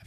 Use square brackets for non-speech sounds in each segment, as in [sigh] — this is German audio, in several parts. hab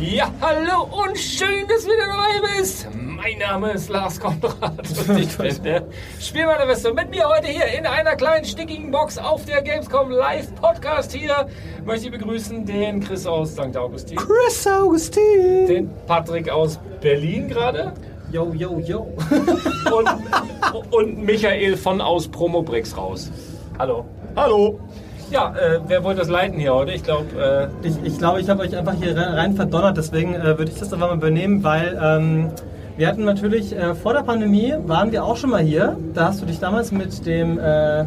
Ja, hallo und schön, dass du wieder dabei bist. Mein Name ist Lars Konrad [laughs] und ich bin der Spielmann-Investor. Mit mir heute hier in einer kleinen stickigen Box auf der Gamescom Live Podcast hier möchte ich begrüßen den Chris aus St. Augustin, Chris Augustin. den Patrick aus Berlin gerade Yo, yo, yo. [laughs] und, und Michael von aus Promobrix raus. Hallo. Hallo. Ja, äh, wer wollte das leiten hier heute? Ich äh, glaube, Ich glaube, ich, glaub, ich habe euch einfach hier re- rein verdonnert, deswegen äh, würde ich das einfach mal übernehmen, weil ähm, wir hatten natürlich äh, vor der Pandemie, waren wir auch schon mal hier. Da hast du dich damals mit dem äh,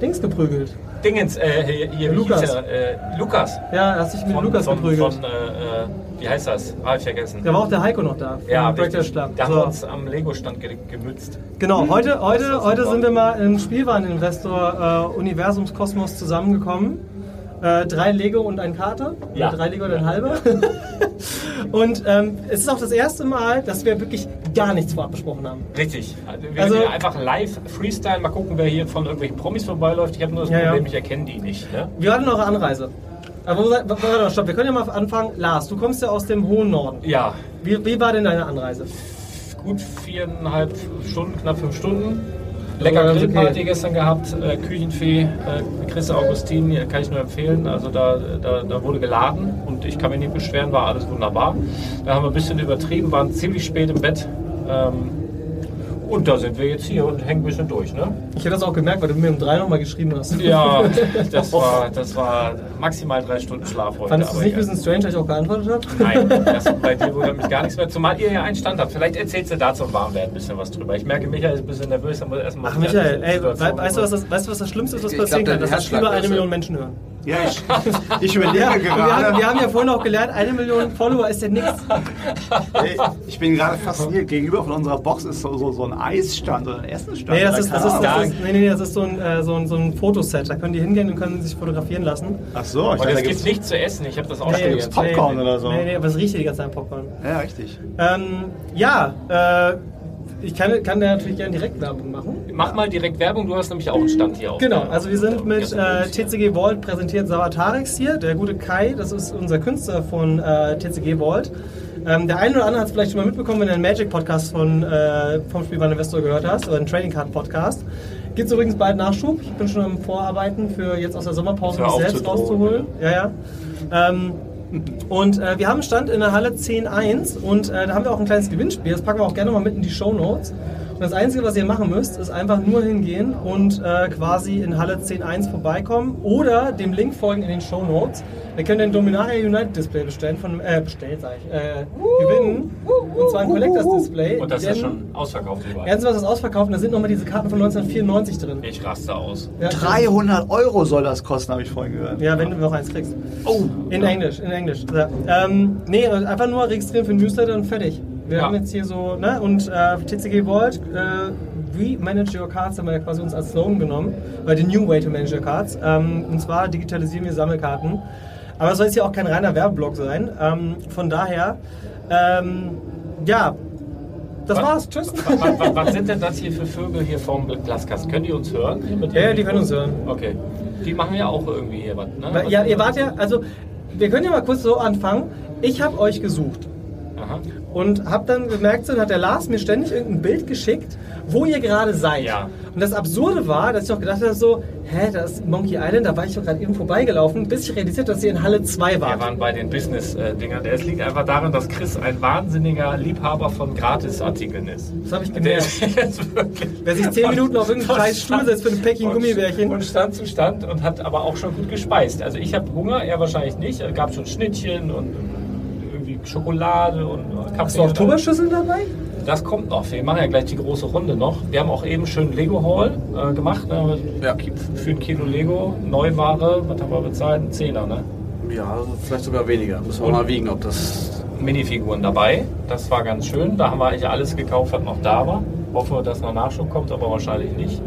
Dings geprügelt. äh, Dingens, äh, hier, hier wie Lukas. hieß der, äh, Lukas. Ja, hast dich mit Von- Lukas von, geprügelt. Von, äh, äh, wie heißt das? Ah, ich vergessen. da war auch der Heiko noch da. vom Ja, Breakdash richtig. Club. Da haben wir So. uns am Lego-Stand ge gemützt. Genau, heute, heute, heute super. sind wir mal im Spielwareninvestor äh, Universumskosmos zusammengekommen. Äh, drei Lego und ein Kater. Oder Ja. Drei Lego und ein halber. [laughs] und ähm, es ist auch das erste Mal, dass wir wirklich gar nichts vorab besprochen haben. Richtig. Also, wir Also- sind hier einfach live Freestyle. Mal gucken, wer hier von irgendwelchen Promis vorbeiläuft. Ich habe nur das Ja, ja. Problem, ich erkenne die nicht. Ne? Wir hatten eure Anreise. Aber wo seid- warte mal, stopp, wir können ja mal anfangen. Lars, du kommst ja aus dem hohen Norden. Ja, Wie, wie war denn deine Anreise? gut viereinhalb Stunden, knapp fünf Stunden. Lecker Aber ganz Grillparty okay. gestern gehabt, äh, Küchenfee, äh, Chris Augustin, äh, kann ich nur empfehlen. Also da, da, da wurde geladen und ich kann mich nicht beschweren, war alles wunderbar. Da haben wir ein bisschen übertrieben, waren ziemlich spät im Bett. Ähm, Und da sind wir jetzt hier und hängen ein bisschen durch, ne? Ich hätte das auch gemerkt, weil du mir um drei nochmal geschrieben [laughs] hast. Ja, das war, das war maximal drei Stunden Schlaf heute. Fandest du es nicht ein egal. bisschen strange, dass ich auch geantwortet habe? Nein, das bei dir wundert mich gar nichts mehr. Zumal ihr ja einen Stand habt. Vielleicht erzählst du dazu im Warmwerden ein bisschen was drüber. Ich merke, Michael ist ein bisschen nervös. aber erstmal Ach Michael, ey, we- weißt du, was das, weißt du, was das Schlimmste ist, was Ich passieren glaub, kann? Dass dein das über Herzschlag eine ist- Million Menschen hören. Ja, ich, ich [laughs] Und überlege wir, haben, wir gerade. haben ja vorhin auch gelernt, eine Million Follower ist ja nichts. Ey, Ich bin gerade fasziniert. Gegenüber von unserer Box ist so, so, so ein Eisstand oder ein Essensstand. Nee, das oder ist, das keine ist, das Ahnung. ist, nee, nee, nee, das ist so, ein, äh, so, ein, so ein Fotoset. Da können die hingehen und können sich fotografieren lassen. Ach so, ich Und dachte, da es gibt's gibt nichts zu essen. Ich habe das auch Nee, schon gibt's jetzt. Popcorn oder so. Nee, nee, aber es riecht ja die ganze Zeit nach Popcorn. Ja, richtig. Ähm, ja, äh, ich kann, kann da natürlich gerne direkt Werbung machen. Mach mal direkt Werbung. Du hast nämlich auch einen Stand hier. auf Genau, der- also wir sind mit Ja, äh, TCG Vault präsentiert Savatarex hier. Der gute Kai, das ist unser Künstler von äh, TCG Vault. Ähm, der eine oder andere hat es vielleicht schon mal mitbekommen, wenn du einen Magic-Podcast von, äh, vom Spielbahn Investor gehört hast oder einen Trading Card-Podcast. Gibt es übrigens bald Nachschub. Ich bin schon am Vorarbeiten für jetzt aus der Sommerpause Hör mich auf selbst zu drohen, rauszuholen. Ja, ja. Ähm, und äh, wir haben einen Stand in der Halle 10.1 und äh, da haben wir auch ein kleines Gewinnspiel. Das packen wir auch gerne mal mit in die Show Notes. Und das Einzige, was ihr machen müsst, ist einfach nur hingehen und äh, quasi in Halle 10.1 vorbeikommen oder dem Link folgen in den Show Notes. Da könnt ihr ein Dominaria United Display bestellen, von, äh, bestellt sag ich, äh, gewinnen. Und zwar ein Collectors Display. Und das ist ja denn- schon ausverkauft überall. Erstens was ist ausverkauft und da sind nochmal diese Karten von 1994 drin. Ich raste aus. Ja, 300 Euro soll das kosten, habe ich vorhin gehört. Ja, wenn du noch eins kriegst. Oh. In Englisch, in Englisch. Ja. Ähm, nee, und einfach nur registrieren für den Newsletter und fertig. Wir Ja. haben jetzt hier so, ne? Und äh, TCG Vault, äh, We Manage Your Cards haben wir ja quasi uns als Slogan genommen, weil the New Way to Manage Your Cards. Ähm, und zwar digitalisieren wir Sammelkarten. Aber es soll jetzt hier auch kein reiner Werbeblock sein. Ähm, von daher, ähm, ja, das Was? war's. Tschüss. was, was, was sind denn das hier für Vögel hier vom Glaskasten? Können die uns hören? Hier mit Ja, ja, ihrem die können uns hören. Okay. Die machen ja auch irgendwie hier was, ne? Weil- Ja, ihr wart ja, also wir können ja mal kurz so anfangen. Ich habe euch gesucht. Aha. Und hab dann gemerkt, so, dann hat der Lars mir ständig irgendein Bild geschickt, wo ihr gerade seid. Ja. Und das Absurde war, dass ich auch gedacht habe, so, hä, da ist Monkey Island, da war ich doch gerade eben vorbeigelaufen, bis ich realisiert, dass ihr in Halle 2 Wir wart. waren bei den Business-Dingern. Es liegt einfach daran, dass Chris ein wahnsinniger Liebhaber von Gratisartikeln ist. Das habe [laughs] ich Der gemerkt. ist wirklich. Wer [laughs] sich 10 Minuten auf irgendeinen scheiß Stuhl setzt für ein Päckchen und- Gummibärchen. Und stand zu Stand und hat aber auch schon gut gespeist. Also ich habe Hunger, er wahrscheinlich nicht. Es gab schon Schnittchen und irgendwie Schokolade und Kaffee. Hast du auch und- Tupperschüsseln dabei? Das kommt noch. Wir machen ja gleich die große Runde noch. Wir haben auch eben schön Lego Haul äh, gemacht. Ne? Ja. Für ein Kilo Lego, Neuware, was haben wir bezahlt? Ein Zehner, ne? Ja, also vielleicht sogar weniger. Müssen wir mal wiegen, ob das. Minifiguren dabei. Das war ganz schön. Da haben wir eigentlich alles gekauft, was noch da war. Hoffen wir, dass noch Nachschub kommt, aber wahrscheinlich nicht.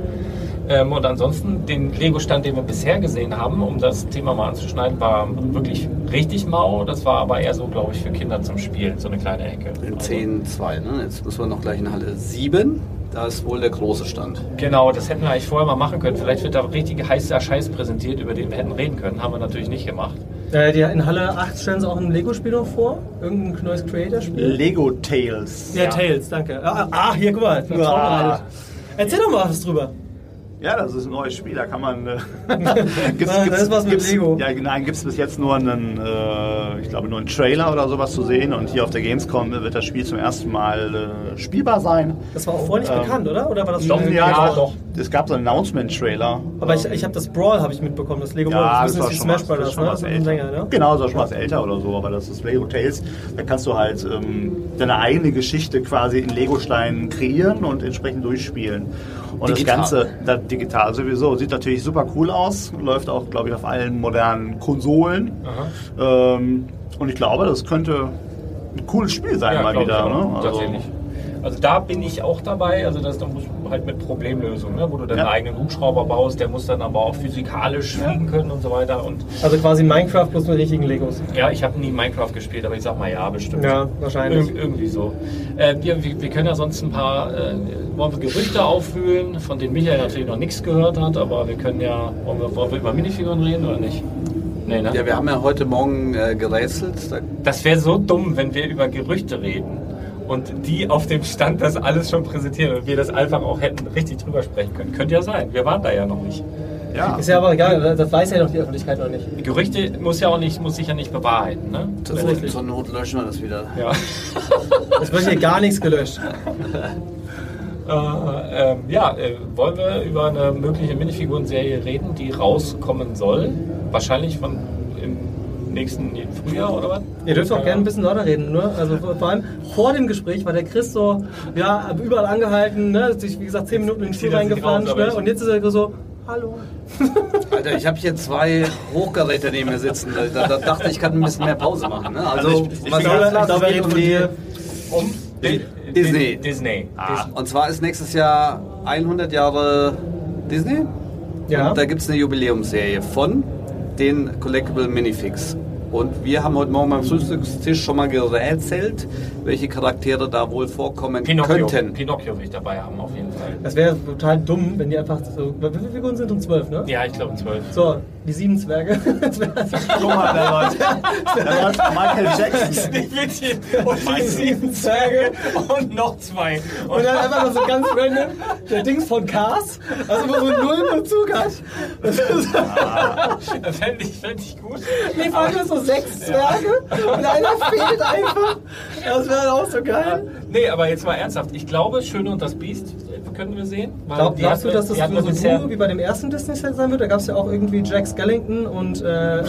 Ähm, und ansonsten, den Lego-Stand, den wir bisher gesehen haben, um das Thema mal anzuschneiden, war wirklich richtig mau. Das war aber eher so, glaube ich, für Kinder zum Spielen, so eine kleine Ecke. Also- In 10, 2. Ne? Jetzt müssen wir noch gleich in Halle 7. Da ist wohl der große Stand. Genau, das hätten wir eigentlich vorher mal machen können. Vielleicht wird da richtig heißer Scheiß präsentiert, über den wir hätten reden können. Haben wir natürlich nicht gemacht. Äh, die, in Halle 8 stellen sie auch ein Lego-Spiel noch vor. Irgendein neues Creator-Spiel. Lego Tales. ja, Ja. Tales, danke. Ah, ah, hier, guck mal. Ja. vorbereitet. Erzähl doch mal was drüber. Ja, das ist ein neues Spiel, da [laughs] kann man. Äh, Da ist was mit gibt's, Lego. Ja, nein, gibt es bis jetzt nur einen, äh, ich glaube, nur einen Trailer oder sowas zu sehen. Und hier auf der Gamescom wird das Spiel zum ersten Mal äh, spielbar sein. Das war auch vorher nicht Ähm, bekannt, oder? Oder war das doch, schon? ja, es- doch. Es gab so einen Announcement-Trailer. Aber ich, ich habe das Brawl habe ich mitbekommen, das Lego Brawl. Ja, das das ist war wie schon Smash was, Brothers, das war ne? Das schon was ist ein bisschen länger, älter. ne? Genau, das war schon was älter oder so, aber das ist Lego Tales. Da kannst du halt ähm, deine eigene Geschichte quasi in Lego-Steinen kreieren und entsprechend durchspielen. Und Digital. das Ganze da, digital sowieso sieht natürlich super cool aus, läuft auch, glaube ich, auf allen modernen Konsolen. Ähm, und ich glaube, das könnte ein cooles Spiel sein mal glaub wieder. ich auch. Ne? Also- Tatsächlich. Also da bin ich auch dabei. Also das da muss halt mit Problemlösung, ne? wo du deinen Ja. eigenen Hubschrauber baust, der muss dann aber auch physikalisch fliegen können und so weiter. Und Also quasi Minecraft bloß mit richtigen Legos. ja, ich habe nie Minecraft gespielt, aber ich sag mal ja, bestimmt. Ja, wahrscheinlich. Irg irgendwie so. Äh, wir, wir wir können ja sonst ein paar äh, wollen wir Gerüchte aufwühlen, von denen Michael natürlich noch nichts gehört hat, aber wir können ja, wollen wir, wollen wir über Minifiguren reden oder nicht? Nee, ne? Ja, wir haben ja heute Morgen äh, gerätselt. Da, Das wäre so dumm, wenn wir über Gerüchte reden und die auf dem Stand das alles schon präsentieren und wir das einfach auch hätten richtig drüber sprechen können. Könnte ja sein. Wir waren da ja noch nicht. ja, Ist ja aber egal, das weiß ja noch die Öffentlichkeit noch nicht. Gerüchte muss ja auch nicht, muss sich ja nicht bewahrheiten, ne? zur Not- zur Not löschen wir das wieder. Ja. Es wird hier gar nichts gelöscht. Äh, ähm, ja, äh, wollen wir über eine mögliche Minifiguren-Serie reden, die rauskommen soll? Wahrscheinlich von im nächsten Frühjahr oder was? Ihr dürft auch Ja. gerne ein bisschen lauter reden, ne? Also vor vor allem vor dem Gespräch war der Chris so, ja, überall angehalten, ne? Ist sich, wie gesagt, zehn Minuten in den Stuhl zieht er sich raus, reingefahren, aber ne? ich- Und jetzt ist er so, hallo. Alter, ich habe hier zwei Hochgeräte neben mir sitzen. Da, da, da dachte ich, ich kann ein bisschen mehr Pause machen. Ne? Also, man Ich glaube, ich glaube, er redet um von dir. Um Di- Disney. Disney. Ah, Und zwar ist nächstes Jahr 100 Jahre Disney. Ja. Und da gibt es eine Jubiläumsserie von den Collectible Minifix. Und wir haben heute Morgen beim Frühstückstisch schon mal gerätselt, welche Charaktere da wohl vorkommen Pinocchio. könnten. Pinocchio will ich dabei haben, auf jeden Fall. Das wäre total dumm, wenn die einfach so. Wie viele Figuren sind um zwölf, ne? Ja, ich glaube zwölf. So, die sieben Zwerge. [laughs] Das wär- Guck mal, [laughs] da läuft, da läuft Michael Jackson. Wittchen [laughs] und die sieben Zwerge und noch zwei. Und dann einfach nur so ganz random der Dings von Cars, also wo so null Bezug hat. Das ist, [laughs] fände ich, fänd ich gut. die Folge ist so sechs Zwerge und einer fehlt einfach. Das wäre halt auch so geil. Nee, aber jetzt mal ernsthaft. Ich glaube, Schöne und das Biest äh, können wir sehen. weil Glaub, die glaubst du, hatten wir- dass das die hatten wir so bisher- so wie bei dem ersten Disney-Set sein wird? Da gab es ja auch irgendwie Jack Skellington und äh,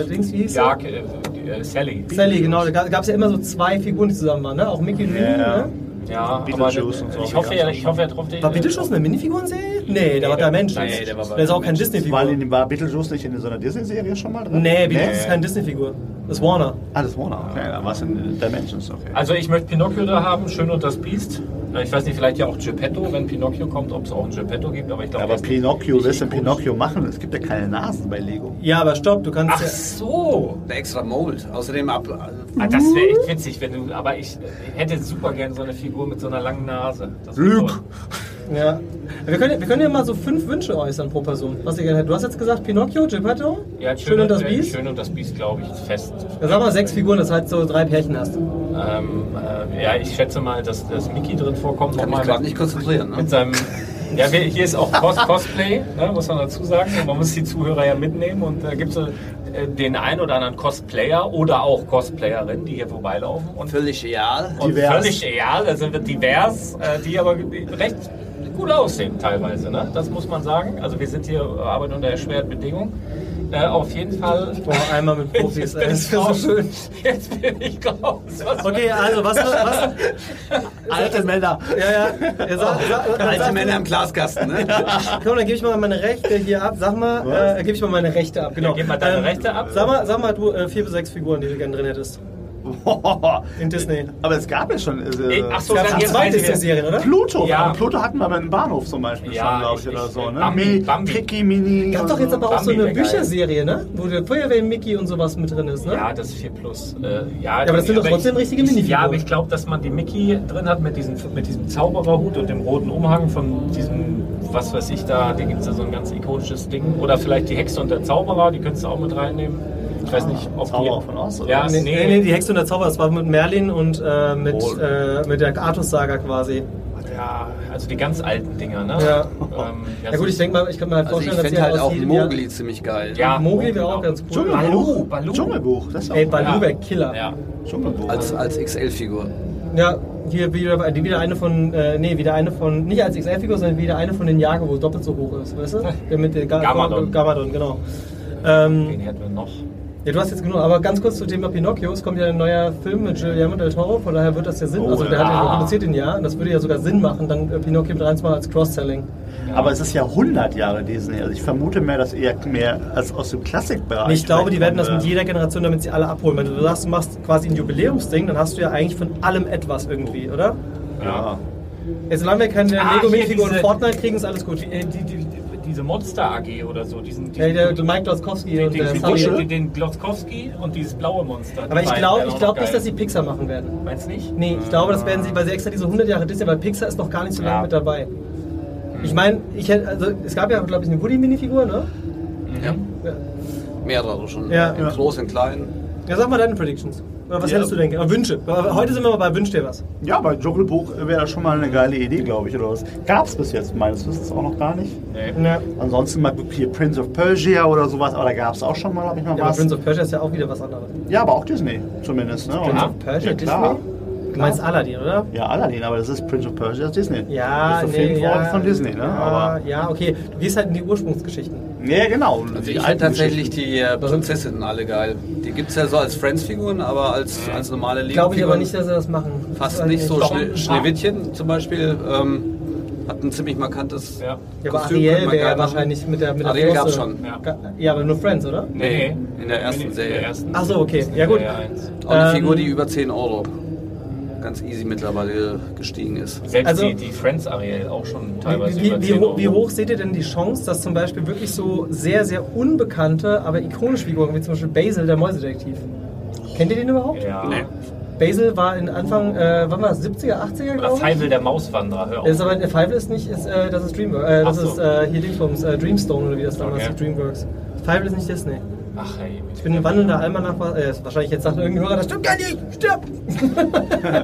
äh, Dings, wie hieß Ja, er? äh, die, äh, Sally. Sally, genau. Da gab es ja immer so zwei Figuren, die zusammen waren, ne? Auch Mickey und Minnie, Ja. ne? Ja, Beetlejuice aber, und so. Ich hoffe ja, ich hoffe ja drauf, War Beetlejuice eine Minifigurenserie? Nee, da war der- der Mensch. nein, der war bei Der ist auch kein War, Disney-Figur. in, war Beetlejuice nicht in so einer Disney-Serie schon mal drin? Nee, Beetlejuice ist keine Disney-Figur. Das ist Warner. Ah, das Warner, okay. Da war es in Dimensions, okay. Also ich möchte Pinocchio da haben, Schön und das Biest. Äh, Ich weiß nicht, vielleicht ja auch Geppetto, wenn Pinocchio kommt, ob es auch ein Geppetto gibt, aber ich glaube... aber das- Pinocchio, nicht lässt denn ikonisch. Pinocchio machen? Es gibt ja keine Nasen bei Lego. Ja, aber stopp, du kannst. Ach ja- so! Der extra Mold. Außerdem ab. Ah, das wäre echt witzig, wenn du... Aber ich äh, hätte super gern so eine Figur mit so einer langen Nase. Das wär Luke. toll. Ja. Wir können, wir können ja mal so fünf Wünsche äußern pro Person. Was ihr gerne hättet. Du hast jetzt gesagt Pinocchio, Geppetto, Ja, Schön und das Biest. Schön und das Biest, glaube ich, fest. Ja, sag mal sechs Figuren, das heißt so drei Pärchen hast. Ähm, äh, ja, ich schätze mal, dass, dass Mickey drin vorkommt. Kann mich nochmal gerade mit- nicht konzentrieren. Mit Ne? seinem. Ja, wir, hier ist auch Cos Cosplay, ne, muss man dazu sagen. Man muss die Zuhörer ja mitnehmen und da gibt es äh, den einen oder anderen Cosplayer oder auch Cosplayerinnen, die hier vorbeilaufen. Und, Völlig real. und Divers. völlig egal, also wird divers, äh, die aber recht gut aussehen teilweise, ne? das muss man sagen. Also wir sind hier, äh, arbeiten unter erschwerten Bedingungen. Äh, auf jeden Fall. Boah, einmal [laughs] mit Profis, Jetzt ey. bin Das ich wäre so raus. schön. Jetzt bin ich raus. Was Okay, also was. was Alte Männer. ja, ja. ja sag, sag, dann Alte sag, Männer im Glaskasten. [laughs] Ne? komm, dann gebe ich mal meine Rechte hier ab. Sag mal, Was? äh, gebe ich mal meine Rechte ab. Genau. Dann gib mal deine Ähm, Rechte ab. Sag mal, sag mal du äh, vier bis sechs Figuren, die du gerne drin hättest. In Disney. [laughs] Aber es gab ja schon. Äh, Ey, ach so, es gab dann jetzt Zwei schon zwei weiß ich wieder. Disney-Serien, oder? Pluto, Ja. ja. Pluto hatten wir aber im Bahnhof zum Beispiel Ja, schon, glaube ich, ich- oder ich- so. Ne? Bambi, Mi- Bambi. Picky Mini. Gab und doch jetzt so. aber auch so Bambi eine wär geil. Bücherserie, ne? Wo der Feuerwehren Mickey und sowas mit drin ist, ne? Ja, das 4 Plus. Äh, ja, aber das sind doch trotzdem ich, richtige ich- Minifiguren. Ja, aber ich glaube, dass man die Mickey drin hat mit diesem, mit diesem Zaubererhut und dem roten Umhang von diesem, was weiß ich da, da gibt es ja so ein ganz ikonisches Ding. Oder vielleicht die Hexe und der Zauberer, die könntest du auch mit reinnehmen. Ich weiß nicht, ob Zauberer die... von Oz, oder? Ja, nee, Nee, nee, nee, die Hexe und der Zauberer, das war mit Merlin und äh, mit, Oh. äh, mit der Artus-Saga quasi. ja, also die ganz alten Dinger, ne? Ja. Ähm, Ja gut, ich denke mal, ich kann mir halt Also ich vorstellen, dass die fände halt auch jedem Jahr- Mowgli ziemlich geil. Ja, Mowgli wäre auch ganz cool. Dschungelbuch. Baloo, Baloo. Dschungelbuch. Das ist auch Ey, Baloo Ja. wäre Killer. Ja. Ja. Dschungelbuch. ne? Als, als XL-Figur. hier wieder, die- wieder eine von, äh, nee, wieder eine von, nicht als XL-Figur, sondern wieder eine von den Jagen, wo es doppelt so hoch ist, weißt du? Der mit der Ga Gamadon. Gamadon, genau. Ähm, Wen hätten wir noch? ja, du hast jetzt genug, aber ganz kurz zum Thema Pinocchio. Es kommt ja ein neuer Film mit Guillermo del Toro, von daher wird das ja Sinn, Oh, also der ja. hat ja produziert den ja, und das würde ja sogar Sinn machen, dann äh, Pinocchio mit reinzumachen als Cross-Selling. Aber es ist ja 100 Jahre Disney. Also ich vermute mehr, dass eher mehr als aus dem Klassikbereich. Ich glaube, die werden das mit kommt, äh, jeder Generation, damit sie alle abholen. Wenn du sagst, du machst quasi ein Jubiläumsding, dann hast du ja eigentlich von allem etwas irgendwie, oder? Ja. Ja, solange wir keine Ah, lego hier minifiguren und diese- Fortnite kriegen, ist alles gut. Die, äh, die, die, diese Monster AG oder so, diesen... Ja, diesen der, der Mike Doskowski den, und der den, Sunny. den, den Glotzkowski und dieses blaue Monster. Aber Die ich beiden glaube wären auch ich glaub noch nicht, geil. dass sie Pixar machen werden. Meinst du nicht? Nee, ich glaube, das werden sie, weil sie extra diese 100 Jahre Disney, weil Pixar ist noch gar nicht so lange Ja. mit dabei. Ich meine, ich hätte, also es gab ja, glaube ich, eine Woody-Minifigur, ne? Ja. Ja. Mehrere schon. Ja. in groß, in klein. Ja, sag mal deine Predictions. Oder was Ja. hättest du denn? gerne? Oder Wünsche. Aber Heute sind wir mal bei Wünsch dir was. ja, aber Dschungelbuch wäre das schon mal eine geile Idee, glaube ich, oder was? Gab es bis jetzt meines Wissens auch noch gar nicht. Ja. Ansonsten mal hier Prince of Persia oder sowas, aber da gab es auch schon mal, habe ich noch Ja, aber was. Prince of Persia ist ja auch wieder was anderes. ja, aber auch Disney zumindest. Ne? Prince oder? of Persia, ja, klar. Disney? Du meinst Aladdin, oder? Ja, Aladdin, aber das ist Prince of Persia, das ist Disney. Ja, das ist verfilmt nee, worden ja, von Disney, ne? Ja, Aber, ja, okay. Du gehst halt in die Ursprungsgeschichten. ja, genau. Also die ich alten finde tatsächlich Geschichten. die äh, Prinzessinnen alle geil. Die gibt es ja so als Friends-Figuren, aber als, als normale Lego. Glaube ich aber nicht, dass sie das machen. Fast Das nicht so. Doch. Schne Schneewittchen zum Beispiel ähm, hat ein ziemlich markantes. Ja. Ja, aber Kostüm könnte Ariel man wäre ja geil machen. wahrscheinlich mit der mit der Ariel Flosse- gab's schon. Mhm. Ja. Ga- Ja, aber nur Friends, oder? Nee. In der ersten Serie. Der ersten. Ach so, okay. Ja, gut. Ja, eins. Auch eine Ähm, Figur, die über 10 Euro ganz easy mittlerweile gestiegen ist. Selbst Also- die, die Friends Ariel auch schon teilweise Wie, über wie, wie, 10 ho- Euro. wie hoch seht ihr denn die Chance, dass zum Beispiel wirklich so sehr, sehr unbekannte, aber ikonische Figuren, wie zum Beispiel Basil, der Mäusedetektiv. Kennt ihr den überhaupt? Ja. Nee. Basil war in Anfang, äh, wann war das, 70er, 80er, Oder glaube ich? Ah, Feivel der Mauswanderer, hör auf. Das ist aber der Five ist nicht, ist, äh, das ist Dreamworks, äh, das Ach so. ist äh, hier Dingsbums, äh, Dreamstone oder wie das damals Okay. hieß, Dreamworks. Five ist nicht Disney. Ach, hey. Ich bin ein wandelnder Almanach, äh, wahrscheinlich jetzt sagt irgendein Hörer, das stimmt gar nicht, stirb! Ja,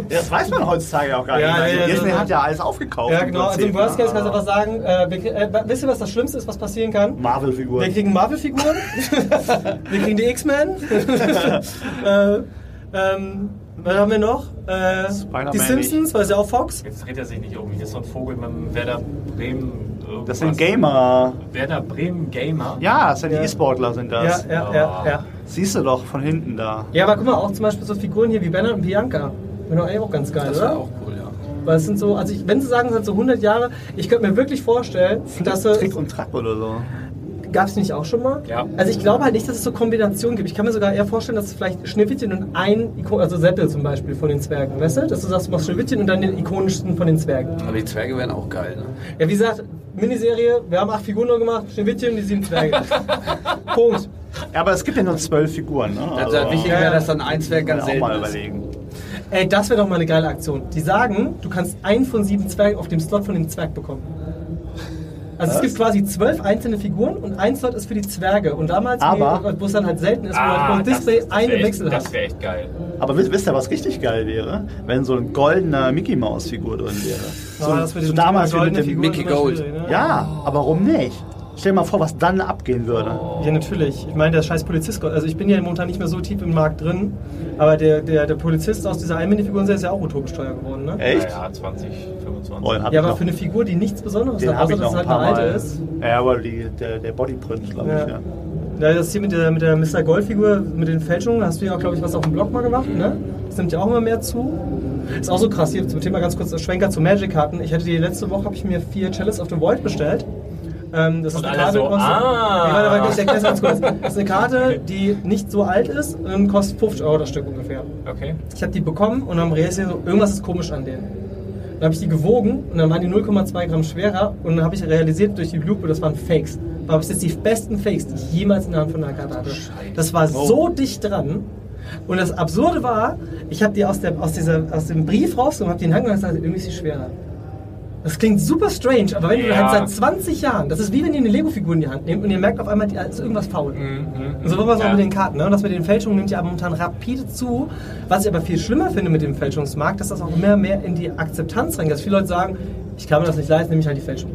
[laughs] Das weiß man heutzutage auch gar Ja, nicht. Also ja, ja, Disney ja. hat ja alles aufgekauft. Ja, genau, also im Prinzip, Worst ne? Case kannst du was sagen, äh, wir, krie- äh, wisst ihr, was das Schlimmste ist, was passieren kann? Wir Marvel-Figuren. kriegen Marvel-Figuren, wir kriegen die X-Men, äh, ähm, was haben wir noch? Äh, Spider-Man die Simpsons, weil es ja auch Fox. Jetzt dreht er sich nicht um. Hier ist so ein Vogel mit einem Werder Bremen. Irgendwas. Das sind Gamer. Werder Bremen Gamer. Ja, das sind Ja. die E-Sportler, sind Ja, das. ja, ja, ja. Siehst du doch von hinten da. Ja, aber guck mal, auch zum Beispiel so Figuren hier wie Bernard und Bianca. Wäre doch eigentlich auch ganz geil, Das war oder? auch cool, ja. Weil es sind so, also ich, wenn sie sagen, es sind so 100 Jahre, ich könnte mir wirklich vorstellen, dass Trick Also es. und Track oder so. Gab es nicht auch schon mal? Ja. Also ich glaube halt nicht, dass es so Kombinationen gibt. Ich kann mir sogar eher vorstellen, dass es vielleicht Schneewittchen und ein, Iko also Seppel zum Beispiel von den Zwergen, weißt du? Dass du sagst, du machst Schneewittchen und dann den ikonischsten von den Zwergen. Aber die Zwerge wären auch geil, ne? Ja, wie gesagt, Miniserie, wir haben acht Figuren nur gemacht, Schneewittchen und die sieben Zwerge. Punkt. Ja, aber es gibt ja nur zwölf Figuren. Ne? Das ist wichtig ja, ja. wäre, dass dann ein Zwerg kann ganz man auch selten mal überlegen. ist. Ey, das wäre doch mal eine geile Aktion. Die sagen, du kannst einen von sieben Zwergen auf dem Slot von dem Zwerg bekommen. Also es gibt quasi zwölf einzelne Figuren und ein Slot ist für die Zwerge. Und damals, wie- Aber- wo es dann halt selten ist, wo Ah, halt pro Display das, das einen wär echt, Wechsel Das hat. wäre echt geil. Aber wisst, wisst ihr, was richtig geil wäre? Wenn so ein goldener Mickey Maus Figur drin wäre. So, so damals wie mit dem Mickey Gold. Ja, aber warum nicht? Stell dir mal vor, was dann abgehen würde. Oh, Ja, natürlich. Ich meine, der scheiß Polizist, also ich bin ja momentan nicht mehr so tief im Markt drin, aber der, der, der Polizist aus dieser Einmini-Figur ist ja auch utopisch teuer geworden, ne? Echt? Ja, ja, 20, 25. Oh, den Ja, hab ich aber noch- für eine Figur, die nichts Besonderes den hat, hab außer ich dass noch es ein halt paar eine alte Mal. ist. Ja, aber die, der, der Bodyprint, glaube Ja. ich. Ja. Ja, das hier mit der, mit der Mr. Gold-Figur, mit den Fälschungen, hast du ja, glaube ich, was auf dem Blog mal gemacht, ne? Das nimmt ja auch immer mehr zu. Ist auch so krass, hier zum Thema ganz kurz, äh, Schwenker zu Magic-Karten. Ich hatte die letzte Woche, habe ich mir vier Chalice of the Void bestellt. Ähm, das Und ist eine alle Karte, so, kostet, ah. Nee, warte, warte, ich erkläre ganz kurz. Das ist eine Karte, die nicht so alt ist und kostet 50 Euro das Stück ungefähr. Okay. Ich habe die bekommen und am Reis so, irgendwas ist komisch an denen. Dann habe ich die gewogen und dann waren die 0,2 Gramm schwerer und dann habe ich realisiert durch die Lupe, das waren Fakes. War bis jetzt die besten Fakes, die ich jemals in der Hand von einer Karte hatte. Das war so dicht dran. Und das Absurde war, ich habe die aus, der, aus, dieser, aus dem Brief rausgenommen, habe die in den Hang gehalten und gesagt, irgendwie ist sie schwerer. Das klingt super strange, aber wenn du Ja. halt seit 20 Jahren, das ist wie wenn ihr eine Lego-Figur in die Hand nehmt und ihr merkt auf einmal, da ist irgendwas faul. Und so war es Mhm, auch Ja. mit den Karten. Ne? Und das mit den Fälschungen nimmt ja momentan rapide zu. Was ich aber viel schlimmer finde mit dem Fälschungsmarkt, dass das auch mehr und mehr in die Akzeptanz reingeht. Dass viele Leute sagen, ich kann mir das nicht leisten, nehme ich halt die Fälschung.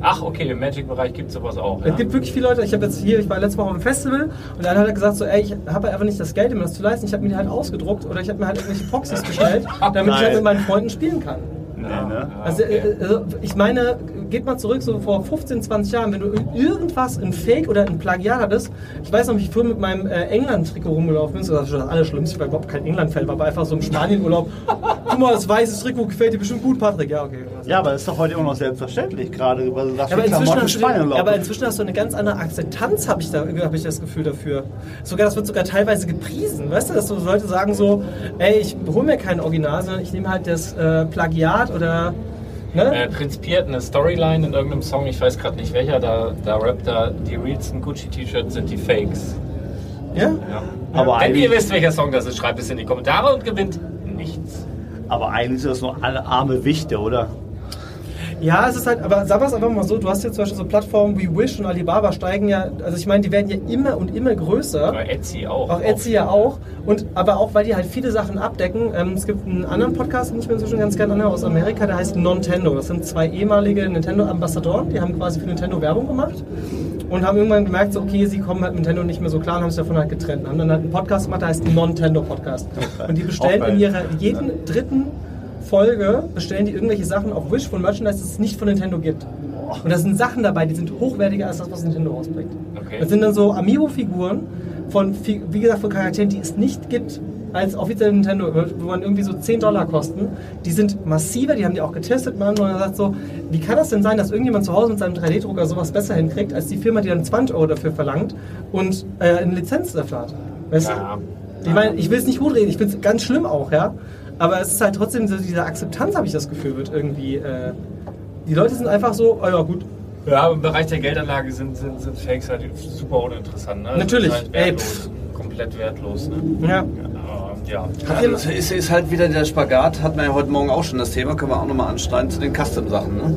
Ach, okay, im Magic-Bereich gibt es sowas auch. Ja? Es gibt wirklich viele Leute, ich habe jetzt hier, ich war letztes Mal auf einem Festival und einer hat gesagt so, ey, ich habe einfach nicht das Geld, um das zu leisten. Ich habe mir die halt ausgedruckt oder ich habe mir halt irgendwelche [laughs] Proxys bestellt, damit ich halt Nein. mit meinen Freunden spielen kann. Nee, ne? Also, äh, also ich meine, geht mal zurück, so vor 15, 20 Jahren, wenn du ir- irgendwas in Fake oder in Plagiat hattest, ich weiß noch, wie ich früher mit meinem äh, England-Trikot rumgelaufen bin, das war schon das Allerschlimmste, ich war überhaupt kein England-Fan, war aber einfach so im Spanien-Urlaub. Guck mal, das weiße Trikot gefällt dir bestimmt gut, Patrick. Ja, okay. ja, aber das ist doch heute immer noch selbstverständlich, gerade weil du sagst, Ja, aber, die inzwischen Klamotten hast du, Spanien ja, aber laufen. inzwischen hast du eine ganz andere Akzeptanz, habe ich, da, hab ich das Gefühl dafür. Sogar, das wird sogar teilweise gepriesen, weißt du, dass so Leute sagen so, ey, ich hole mir kein Original, sondern ich nehme halt das äh, Plagiat oder, ne? Äh, prinzipiert eine Storyline in irgendeinem Song, ich weiß gerade nicht welcher, da, da rappt er, die realsten Gucci-T-Shirts sind die Fakes. ja? Ja. Aber Wenn ihr eigentlich, wisst, welcher Song das ist, schreibt es in die Kommentare und gewinnt nichts. aber eigentlich sind das nur alle arme Wichte, oder? Ja, es ist halt, aber sagen wir es einfach mal so, du hast jetzt zum Beispiel so Plattformen wie Wish und Alibaba steigen ja, also ich meine, die werden ja immer und immer größer. Aber Etsy auch. Auch Etsy ja auch. Und aber auch, weil die halt viele Sachen abdecken. Ähm, es gibt einen anderen Podcast, den ich mir inzwischen ganz gerne anhöre, aus Amerika, der heißt Nintendo. Das sind zwei ehemalige Nintendo-Ambassadoren, die haben quasi für Nintendo Werbung gemacht und haben irgendwann gemerkt, so, okay, sie kommen halt mit Nintendo nicht mehr so klar und haben sich davon halt getrennt. Und haben dann halt einen Podcast gemacht, der heißt Nintendo Podcast. Und die bestellen Auch bei- in ihrer jeden dritten Folge bestellen die irgendwelche Sachen auf Wish von Merchandise, das es nicht von Nintendo gibt. Und da sind Sachen dabei, die sind hochwertiger als das, was Nintendo rausbringt. Okay. Das sind dann so Amiibo-Figuren von, fi- wie gesagt, von Charakteren, die es nicht gibt als offiziell Nintendo, wo man irgendwie so 10 Dollar kosten. Die sind massiver, die haben die auch getestet, man, und er sagt so, wie kann das denn sein, dass irgendjemand zu Hause mit seinem 3D-Drucker sowas besser hinkriegt, als die Firma, die dann 20 Euro dafür verlangt und äh, eine Lizenz dafür hat? Weißt Ja. du? Ich meine, ich will es nicht gut reden, ich finde es ganz schlimm auch, ja. Aber es ist halt trotzdem so, diese Akzeptanz, habe ich das Gefühl, wird irgendwie. Äh, die Leute sind einfach so, oh ja, gut. Ja, aber im Bereich der Geldanlage sind, sind, sind Fakes halt super uninteressant. Ne? Natürlich. Das ist Halt Ey, wertlos, komplett wertlos. Ne? Ja. Aber, ja. Habt ihr- Das ist, ist halt wieder der Spagat, hatten wir ja heute Morgen auch schon das Thema, können wir auch nochmal anschneiden zu den Custom-Sachen. Ne?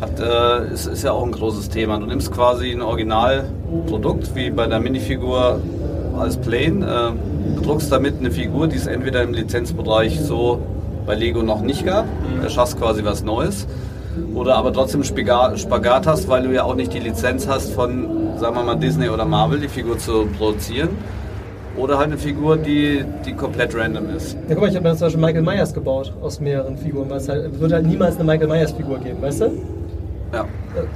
Hat, äh, ist, ist ja auch ein großes Thema. Du nimmst quasi ein Originalprodukt, wie bei der Minifigur als Plane, äh, druckst damit eine Figur, die es entweder im Lizenzbereich so bei Lego noch nicht gab, erschaffst quasi was Neues, oder aber trotzdem Spiga- Spagat hast, weil du ja auch nicht die Lizenz hast von, sagen wir mal, Disney oder Marvel, die Figur zu produzieren. Oder halt eine Figur, die, die komplett random ist. Ja, guck mal, ich habe mir zum Beispiel Michael Myers gebaut aus mehreren Figuren, weil es halt, es wird halt niemals eine Michael Myers-Figur geben, weißt du? Ja.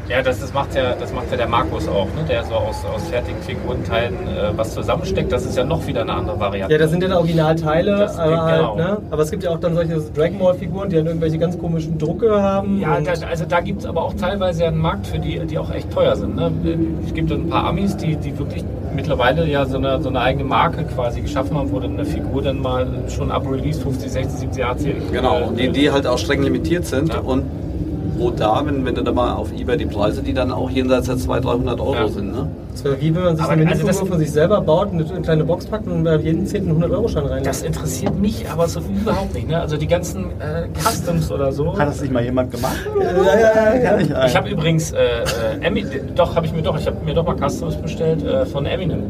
Ja, das, das, macht ja, das macht ja der Markus auch, ne? der so aus, aus fertigen Figurenteilen äh, was zusammensteckt. Das ist ja noch wieder eine andere Variante. Ja, das sind ja dann Originalteile, Das- aber halt, genau. ne? Aber es gibt ja auch dann solche Dragon Ball-Figuren, die dann irgendwelche ganz komischen Drucke haben. Ja, und- das, also da gibt es aber auch teilweise ja einen Markt für die, die auch echt teuer sind. Ne? Es gibt ein paar Amis, die, die wirklich mittlerweile ja so eine, so eine eigene Marke quasi geschaffen haben, wo dann eine Figur dann mal schon ab Release 50, 60, 70, 80 Genau, und die, äh, die halt auch streng limitiert sind Ja. und wo da, wenn, wenn du da mal auf Ebay die Preise, die dann auch jenseits der 200, 300 Euro Ja. sind, ne? Das wäre wie wenn man sich Aber eine also Minifigur das- von sich selber baut, eine, eine kleine Box packt und bei jeden zehnten 100-Euro-Schein rein. Das interessiert mich aber so überhaupt nicht. Ne? Also die ganzen äh, Customs oder so. Hat das nicht mal jemand gemacht? ja, ja, ja, ja. Ich habe übrigens, äh, äh, Emi, doch habe ich mir doch, ich habe mir doch mal Customs bestellt äh, von Eminem.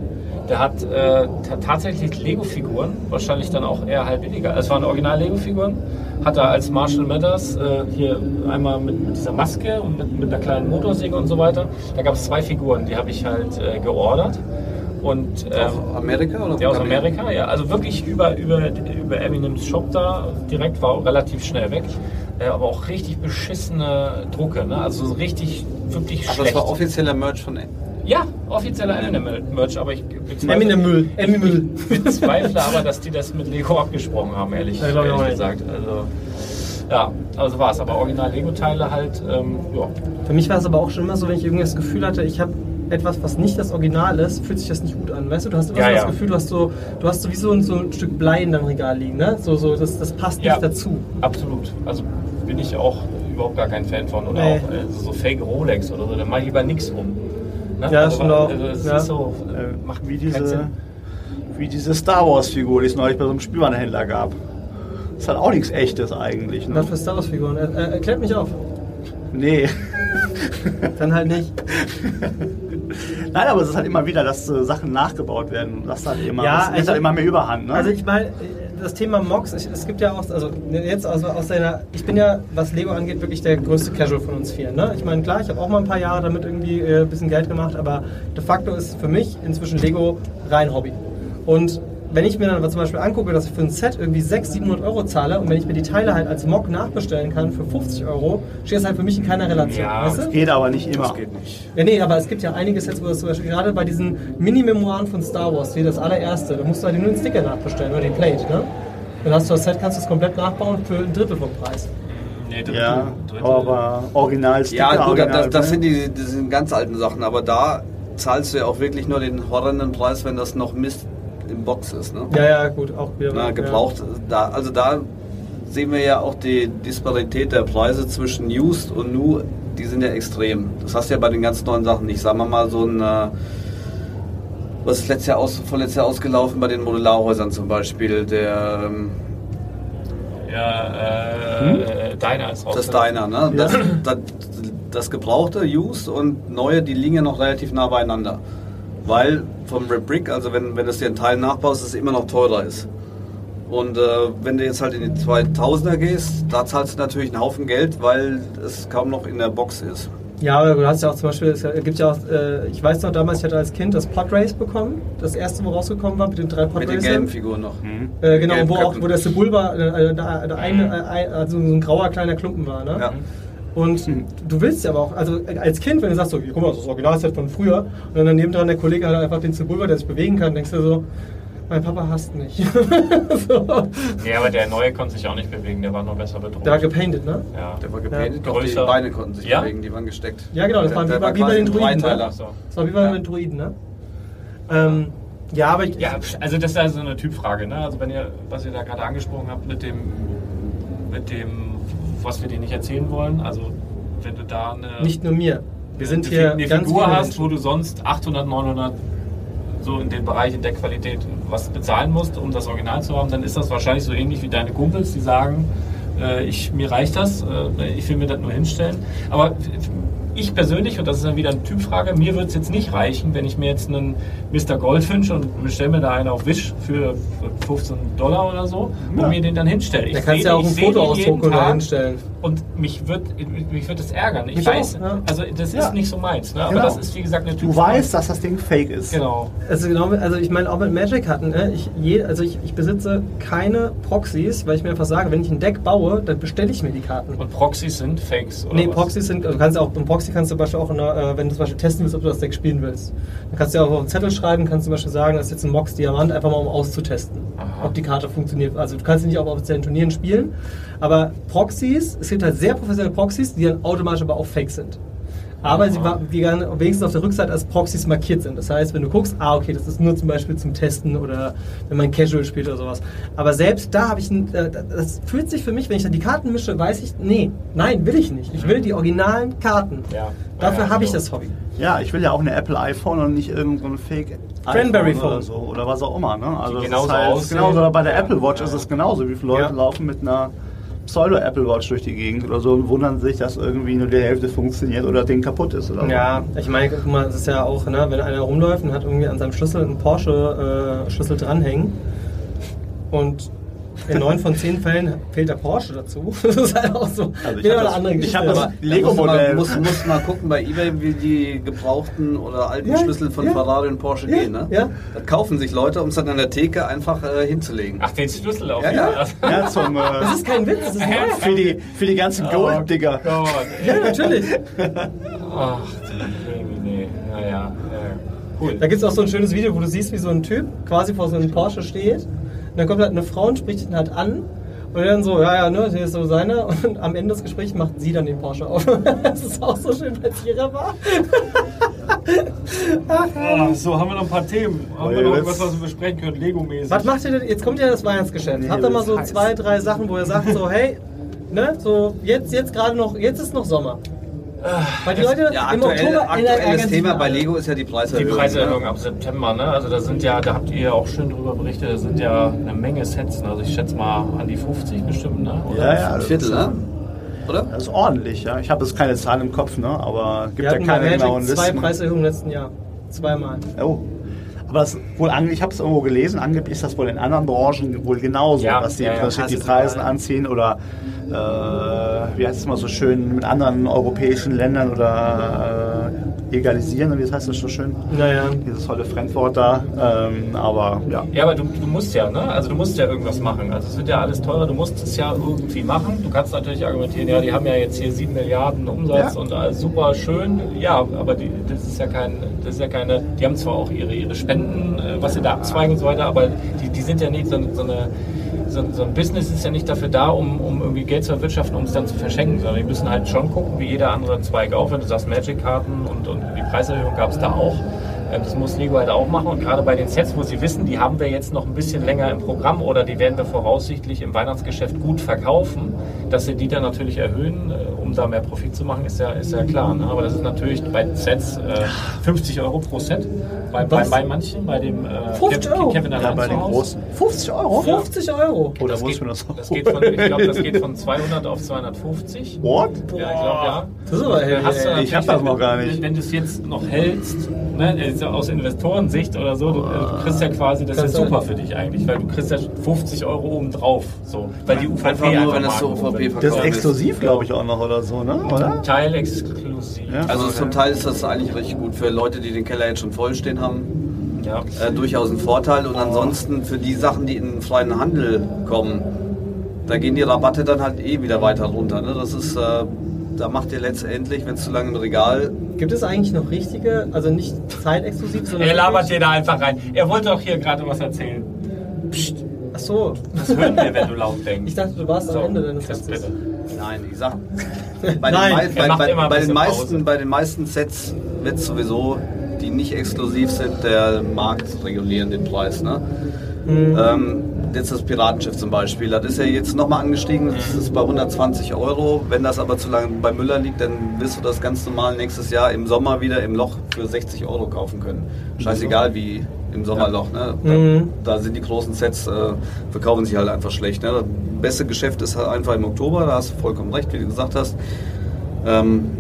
Der hat äh, ta- tatsächlich Lego-Figuren, wahrscheinlich dann auch eher halb billiger. Es waren original Lego-Figuren. Hat er als Marshall Mathers äh, hier einmal mit, mit dieser Maske und mit, mit einer kleinen Motorsäge und so weiter. Da gab es zwei Figuren, die habe ich halt äh, geordert. Und ähm, Aus Amerika oder? ja, aus wo kam die? Amerika, ja. Also wirklich über, über, über Eminems Shop da direkt war auch relativ schnell weg. Äh, Aber auch richtig beschissene Drucke, ne? Also so richtig, wirklich Also das schlecht. war offizieller Merch von ja, offizieller Eminem-Merch, aber ich bezweifle, Eminem-Müll, Eminem-Müll. [laughs] bezweifle aber, dass die das mit Lego abgesprochen haben, ehrlich, Ja, glaub ich auch ehrlich nicht. gesagt. Also, ja, also war es. Aber original Lego-Teile halt, ähm, ja. Für mich war es aber auch schon immer so, wenn ich irgendwie das Gefühl hatte, ich habe etwas, was nicht das Original ist, fühlt sich das nicht gut an. Weißt du, du hast immer Ja, so das ja. Gefühl, du hast so, du hast so wie so ein, so ein Stück Blei in deinem Regal liegen, ne? So, so, das, das passt Ja. nicht dazu. Absolut. Also bin ich auch überhaupt gar kein Fan von. Oder Nee. auch äh, so Fake Rolex oder so. Da mache ich lieber nichts rum. Ne? Ja, das stimmt auch. Also, es Ja. ist so, Äh, äh, macht wie keinen diese, Sinn. wie diese Star Wars-Figur, die es neulich bei so einem Spielwarenhändler gab. Ist halt auch nichts echtes eigentlich. Und dann Ne? für Star Wars-Figuren. Er, er, erklärt mich auf. Nee. [laughs] Dann halt nicht. Nein, aber es ist halt immer wieder, dass äh, Sachen nachgebaut werden. Das hat immer, Ja, das nimmt also- halt immer mehr Überhand. Ne? Also ich meine, das Thema Mox, ich, es gibt ja auch, also jetzt also aus seiner, ich bin ja, was Lego angeht, wirklich der größte Casual von uns vier. Ne? Ich meine, klar, ich habe auch mal ein paar Jahre damit irgendwie äh, ein bisschen Geld gemacht, aber de facto ist für mich inzwischen Lego rein Hobby. Und wenn ich mir dann aber zum Beispiel angucke, dass ich für ein Set irgendwie 600, 700 Euro zahle und wenn ich mir die Teile halt als Mock nachbestellen kann für 50 Euro, steht das halt für mich in keiner Relation. Ja, weißt du? geht aber nicht immer. nicht. Ja, nee, aber es gibt ja einige Sets, wo das zum Beispiel gerade bei diesen Mini-Memoiren von Star Wars, wie das allererste, da musst du halt nur den Sticker nachbestellen oder den Plate, ne? Dann hast du das Set, kannst du es komplett nachbauen für ein Drittel vom Preis. Nee, dritte, Ja, dritte. Oh, aber original Ja, gut, original ne? das, das, sind die, das sind ganz alten Sachen, aber da zahlst du ja auch wirklich nur den horrenden Preis, wenn das noch Mist im Box ist, ne? Ja, ja, gut, auch wieder. Na, gebraucht. Da, also da sehen wir ja auch die Disparität der Preise zwischen Used und New, die sind ja extrem. Das hast du ja bei den ganz neuen Sachen nicht. Sagen wir mal so ein, äh, was ist letztes Jahr aus, vorletztes Jahr ausgelaufen bei den Modularhäusern zum Beispiel, der ähm, Ja, äh, äh, Hm? deiner, deiner ist raus. Das ist deiner, ne? Das, das, das gebrauchte, used und neue, die liegen ja noch relativ nah beieinander. Weil vom Rebrick, also wenn, wenn du es dir in Teilen nachbaust, es immer noch teurer ist. Und äh, wenn du jetzt halt in die 2000er gehst, da zahlst du natürlich einen Haufen Geld, weil es kaum noch in der Box ist. Ja, aber du hast ja auch zum Beispiel, es gibt ja auch, äh, ich weiß noch damals, ich hatte als Kind das Podrace bekommen, das erste, wo rausgekommen war mit den drei Mit den Podracern. gelben Figuren noch. Äh, genau, gelben wo auch Köpfen. wo der Sebulba äh, äh, da, da eine, äh, ein, also so ein grauer kleiner Klumpen war. Ne? Ja. Und du willst ja aber auch, also äh, als Kind, wenn du sagst, so, guck mal, das ist das Originalset von früher, und dann daneben dran der Kollege hat halt einfach den Sebulba, der sich bewegen kann, denkst du so, mein Papa hasst mich. [laughs] so. Nee, aber der neue konnte sich auch nicht bewegen, der war nur besser bedroht. Der war gepainted, ne? ja. Der war gepaintet, doch die Größer. Beine konnten sich Ja? bewegen, die waren gesteckt. Ja, genau, das Der- war der wie, bei- wie bei quasi den ein Druiden. Dreiteiler. Ne? Ach so. Das war wie bei den Druiden, ne? Ähm, ja, aber ich, Ja, also das ist also eine Typfrage, ne? Also wenn ihr, was ihr da gerade angesprochen habt mit dem, mit dem, was wir dir nicht erzählen wollen, also wenn du da eine, nicht nur mir. Wir sind eine, hier eine ganz Figur viele hast, Menschen. wo du sonst 800, 900 so in dem Bereich in der Qualität was bezahlen musst, um das Original zu haben, dann ist das wahrscheinlich so ähnlich wie deine Kumpels, die sagen, äh, ich, mir reicht das, äh, ich will mir das nur hinstellen. Aber ich persönlich, und das ist dann wieder eine Typfrage, mir wird es jetzt nicht reichen, wenn ich mir jetzt einen Mr. Gold wünsche und bestelle mir da einen auf Wish für 15 Dollar oder so und mir den dann hinstelle. Da Ich kannst seh du ja auch den- einen ich seh den jeden Fotoausdruck oder Tag hinstellen. Und mich wird, mich wird das ärgern. Ich Mich weiß, auch, ja. also das ist Ja. nicht so meins. Ne? Aber Genau. das ist, wie gesagt, eine Du Typfrage. weißt, dass das Ding fake ist. Genau. Also genau, also ich meine auch mit Magic hatten, ne? ich, je, also ich, ich besitze keine Proxys, weil ich mir einfach sage, wenn ich ein Deck baue, dann bestelle ich mir die Karten. Und Proxys sind Fakes, oder Nee, was? Proxys sind, also du kannst ja auch, im Proxy kannst du zum Beispiel auch, in einer, äh, wenn du zum Beispiel testen willst, ob du das Deck spielen willst, dann kannst du ja auch auf einen Zettel schreiben, kannst zum Beispiel sagen, das ist jetzt ein Mox Diamant, einfach mal um auszutesten, ob die Karte funktioniert. Also du kannst sie nicht auf offiziellen Turnieren spielen, aber Proxys, es gibt halt sehr professionelle Proxys, die dann automatisch aber auch fake sind. Aber sie wa- die dann wenigstens auf der Rückseite als Proxys markiert sind. Das heißt, wenn du guckst, ah, okay, das ist nur zum Beispiel zum Testen oder wenn man Casual spielt oder sowas. Aber selbst da habe ich, ein, äh, das fühlt sich für mich, wenn ich dann die Karten mische, weiß ich, nee, nein, will ich nicht. Mhm. Ich will die originalen Karten. Ja. Dafür Ja, habe ich also. genau. das Hobby. Ja, ich will ja auch eine Apple iPhone und nicht irgendein Fake Cranberry iPhone Phone. oder so oder was auch immer. Ne? Also Die das genauso ist halt, aussehen. genauso oder bei der Apple Watch Ja. ist es genauso. Wie viele Leute Ja. laufen mit einer Pseudo Apple Watch durch die Gegend oder so und wundern sich, dass irgendwie nur die Hälfte funktioniert oder das Ding kaputt ist oder so. Ja, ich meine, guck mal, es ist ja auch, ne, wenn einer rumläuft und hat irgendwie an seinem Schlüssel einen Porsche-Schlüssel dranhängen und in neun von zehn Fällen fehlt der Porsche dazu. [laughs] Das ist halt auch so. Also ich wieder hab eine das- andere ich Geschichte. hab das- Aber- Lego-Modell. Muss, man- muss, muss mal gucken bei eBay, wie die gebrauchten oder alten Ja, Schlüssel von ja. Ferrari und Porsche Ja, gehen. Ne? ja. Das kaufen sich Leute, um es dann an der Theke einfach äh, hinzulegen. Ach, den Schlüssel auf Ja, jeden ja. Fall. Ja, zum, äh, Das ist kein Witz, das ist neu. für, die, für die ganzen Gold-Digger. Oh Gott, Ja, ey. natürlich. Ach, die nee. Naja, ja. Cool. Da gibt es auch so ein schönes Video, wo du siehst, wie so ein Typ quasi vor so einem Porsche steht. Und dann kommt halt eine Frau und spricht ihn halt an. Und dann so, ja, ja, ne, hier ist so seine. Und am Ende des Gesprächs macht sie dann den Porsche auf. [laughs] Das ist auch so schön, weil es ihrer war. Ah, so, haben wir noch ein paar Themen. Haben Oh, wir noch jetzt- irgendwas, was wir besprechen können? Lego-mäßig. Was macht ihr denn? Jetzt kommt ja das Weihnachtsgeschäft. Nee, Habt ihr mal das so heißt- zwei, drei Sachen, wo ihr sagt, so, hey, ne, so, jetzt, jetzt gerade noch, jetzt ist noch Sommer. Weil die Leute Ja, im aktuell, Oktober ärgern aktuelles sich Thema alle. bei Lego ist ja die Die Preiserhöhung. Preiserhöhung ne? ab September, ne? Also da sind ja, da habt ihr ja auch schön drüber berichtet, da sind ja eine Menge Sets. ne? Also ich schätze mal an die 50 bestimmt, ne? Oder? Ja, ja, Ein das Viertel, ist, ne? Oder? das ist ordentlich, ja. Ich habe jetzt keine Zahl im Kopf, ne? aber gibt Wir ja hatten bei keine genauen genau Magic zwei Listen. Preiserhöhungen im letzten Jahr. Zweimal. Oh. Aber das wohl ange- ich habe es irgendwo gelesen, angeblich ist das wohl in anderen Branchen wohl genauso, Ja, dass die, ja, ja. dass die Preise anziehen oder äh, wie heißt es mal so schön mit anderen europäischen Ländern oder äh, egalisieren, wie das heißt das so schön? Naja. Dieses tolle Fremdwort da. Ähm, aber ja. Ja, aber du, du musst ja, ne? Also du musst ja irgendwas machen. Also es wird ja alles teurer, du musst es ja irgendwie machen. Du kannst natürlich argumentieren, ja, die haben ja jetzt hier 7 Milliarden Umsatz Ja. und alles super schön. Ja, aber die, das ist ja kein, das ist ja keine, die haben zwar auch ihre, ihre Spenden, äh, was sie da abzweigen und so weiter, aber die, die sind ja nicht so, so eine. So, ein- so ein Business ist ja nicht dafür da, um, um irgendwie Geld zu erwirtschaften, um es dann zu verschenken, sondern die müssen halt schon gucken, wie jeder andere Zweig auch. Wenn du sagst Magic-Karten und, und die Preiserhöhung gab es da auch. Ähm, Das muss Lego halt auch machen. Und gerade bei den Sets, wo sie wissen, die haben wir jetzt noch ein bisschen länger im Programm oder die werden wir voraussichtlich im Weihnachtsgeschäft gut verkaufen, dass sie die dann natürlich erhöhen, äh, um da mehr Profit zu machen, ist ja, ist ja klar. Ne? Aber das ist natürlich bei Sets äh, 50 Euro pro Set. Bei, bei, Was? bei manchen, bei dem äh, 50 Kev- Euro? Kevin Ja, allein bei zu den Hause. großen. 50 Euro? 50 Euro. Oder Das muss geht, man das das [laughs] geht von, ich glaube, das geht von 200 auf 250. What? Ja, ich glaube, ja. Das ist aber Dann hast du heavy. ich hab das natürlich, noch gar wenn- nicht. Wenn du es jetzt noch hältst, ne, also aus Investorensicht oder so, du, du kriegst ja quasi, das ist Kannst ja du- super für dich eigentlich, weil du kriegst ja 50 Euro oben drauf. So, weil die UVP Einfach nur, wenn mag das zur oben UVP sind. Das ist verkauft ist. exklusiv, glaube ich, auch noch oder so, ne? Oder? Teil exklusiv. Ja. Also zum Teil ist das eigentlich richtig gut für Leute, die den Keller jetzt schon voll stehen haben. Ja. Äh, durchaus ein Vorteil. Und ansonsten für die Sachen, die in den freien Handel kommen, da gehen die Rabatte dann halt eh wieder weiter runter. Ne? Das ist, äh, da macht ihr letztendlich, wenn es zu lange im Regal Gibt es eigentlich noch richtige, also nicht zeitexklusiv, sondern. Er labert wirklich- dir da einfach rein. Er wollte doch hier gerade was erzählen. Ach so. Das hören wir, wenn du laut denkst. Ich dachte, du warst So, am Ende deines Chris, Satzes. bitte. Nein, ich sag. Bei den, Nein, mei- er bei, macht bei, immer ein bei, den bisschen Pause. meisten, bei den meisten Sets wird sowieso, die nicht exklusiv sind, der Markt regulieren den Preis. Ne? Ähm, jetzt das Piratenschiff zum Beispiel, das ist ja jetzt nochmal angestiegen, das ist bei 120 Euro. Wenn das aber zu lange bei Müller liegt, dann wirst du das ganz normal nächstes Jahr im Sommer wieder im Loch für 60 Euro kaufen können. Scheißegal wie im Sommerloch. Ne? Da, Mhm. da sind die großen Sets, äh, verkaufen sich halt einfach schlecht. Ne? Das beste Geschäft ist halt einfach im Oktober, da hast du vollkommen recht, wie du gesagt hast. Ähm,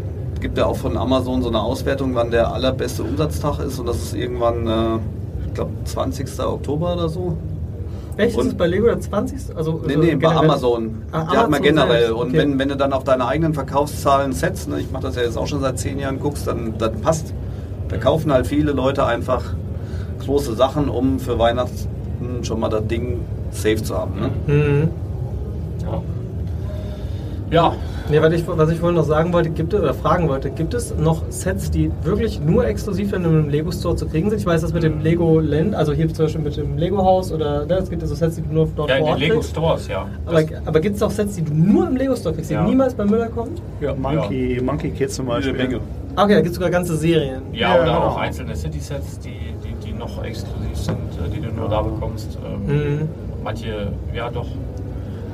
gibt ja auch von Amazon so eine Auswertung, wann der allerbeste Umsatztag ist und das ist irgendwann, äh, ich glaube, 20. Oktober oder so. Welches Und- ist bei Lego der 20? Also, Nee, also nee, bei generell? Amazon. Ah, Der hat mal Amazon generell. selbst, Und okay. wenn, wenn du dann auf deine eigenen Verkaufszahlen setzt, ne, ich mache das ja jetzt auch schon seit zehn Jahren, guckst, dann, dann passt. Da kaufen halt viele Leute einfach große Sachen, um für Weihnachten schon mal das Ding safe zu haben. Ne? Mhm. Ja. ja, Nee, was ich, was ich vorhin noch sagen wollte, gibt es, oder fragen wollte, gibt es noch Sets, die wirklich nur exklusiv dann im Lego Store zu kriegen sind? Ich weiß das mit dem Mhm. Lego Land, also hier zum Beispiel mit dem Lego Haus oder ne, es gibt ja so Sets, die du nur dort ja in vor den Ort Lego kriegst. Stores, ja. Aber, aber gibt es auch Sets, die du nur im Lego Store kriegst, die Ja. niemals bei Müller kommen? ja. Monkey, Monkey Kids zum Beispiel. Ah, Okay, da gibt es sogar ganze Serien. Ja, Ja, oder genau. auch einzelne City-Sets, die, die, die noch exklusiv sind, äh, die du nur da bekommst. Ähm, Mhm. Manche, ja doch,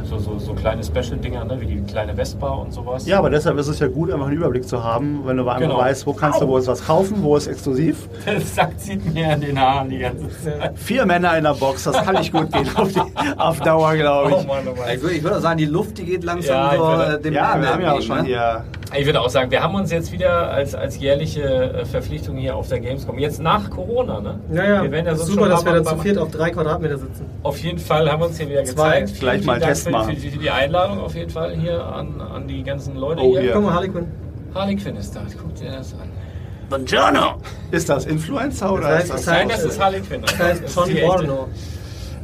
so, so, so kleine Special-Dinger, ne, wie die kleine Vespa und sowas. Ja, aber deshalb ist es ja gut, einfach einen Überblick zu haben, wenn du einmal Genau. weißt, wo kannst du wo ist was kaufen, wo ist exklusiv. [laughs] Das Sack zieht mir an den Haaren die ganze Zeit. Vier Männer in der Box, das kann nicht gut gehen auf, die, auf Dauer, glaube Oh ich. Mann, oh Mann. Ich würde ich würde sagen, die Luft, die geht langsam Ja, ich so würde- äh, dem ja, Ende wir haben ja auch entgegen, schon ne? hier. Ich würde auch sagen, wir haben uns jetzt wieder als, als jährliche äh, Verpflichtung hier auf der Gamescom. Jetzt nach Corona, ne? Ja, ja. Wir werden ja Ist sonst Super, schon dass wir mal da zu beim- viert auf drei Quadratmeter sitzen. Auf jeden Fall haben wir uns hier wieder Zwei. gezeigt. Vielen, Gleich mal vielen Dank Test für, machen. Für, für die Einladung auf jeden Fall hier an, an die ganzen Leute Oh, hier. hier. Ja. Guck mal, Harley Quinn. Harley Quinn ist da. Guck dir das an. Buongiorno! Ist das Influencer oder heißt, ist das? das heißt- Nein, das ist Harley Quinn. Das heißt John die echte. Borno.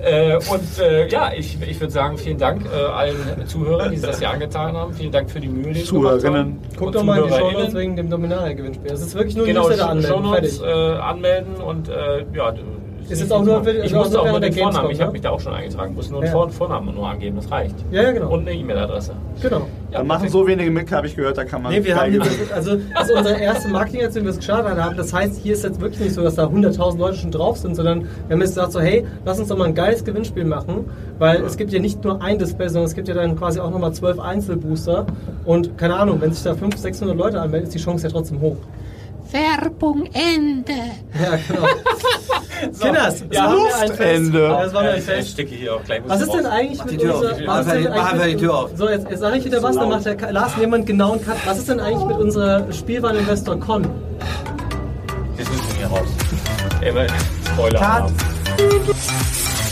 Äh, und äh, ja, ich, ich würde sagen, vielen Dank äh, allen Zuhörern, die sich das hier angetan haben. vielen Dank für die Mühe, die sie gemacht Zuhörerinnen. haben. Guck Und doch mal in die Show ZuhörerInnen. Notes wegen dem Dominaria-Gewinnspiel. Es ist wirklich nur Genau, Newsletter Show anmelden. Notes Fertig. äh, anmelden und äh, ja. du- Ist jetzt auch nur- ich also auch muss nur auch nur während der den Vornamen, Gamescom, ich habe ne? mich da auch schon eingetragen. Muss nur den Ja. Vor- Vornamen nur angeben, das reicht. Ja, ja, genau. äh, Und eine E-Mail-Adresse. genau. Ja, Dann machen perfekt. so wenige mit, habe ich gehört, da kann man. Nee, wir geil haben gewinnen. jetzt, also das ist unsere erste Marketingaktion, die wir es gestartet haben. Das heißt, hier ist jetzt wirklich nicht so, dass da 100.000 Leute schon drauf sind, sondern wir haben jetzt gesagt so, hey, lass uns doch mal ein geiles Gewinnspiel machen, weil es gibt ja nicht nur ein Display, sondern es gibt ja dann quasi auch nochmal zwölf Einzelbooster und keine Ahnung, wenn sich da 500, 600 Leute anmelden, ist die Chance ja trotzdem hoch. Werbung Ende. Ja, genau. Kinders, es Ja, war mir ein Fest. Ende. Das war mir ein Ich Fest. stecke hier auch gleich. Was ist denn Mach eigentlich die mit Tür auf. unserer... Mach was ist denn einfach die- mach eigentlich einfach die mit- Tür auf. So, jetzt, jetzt sage ich wieder was, dann macht der Ka- Lars jemand genau einen Cut. Was ist denn eigentlich mit unserer Spielwareninvestor Con? Jetzt müssen wir hier raus. Ey, Spoiler. Cut.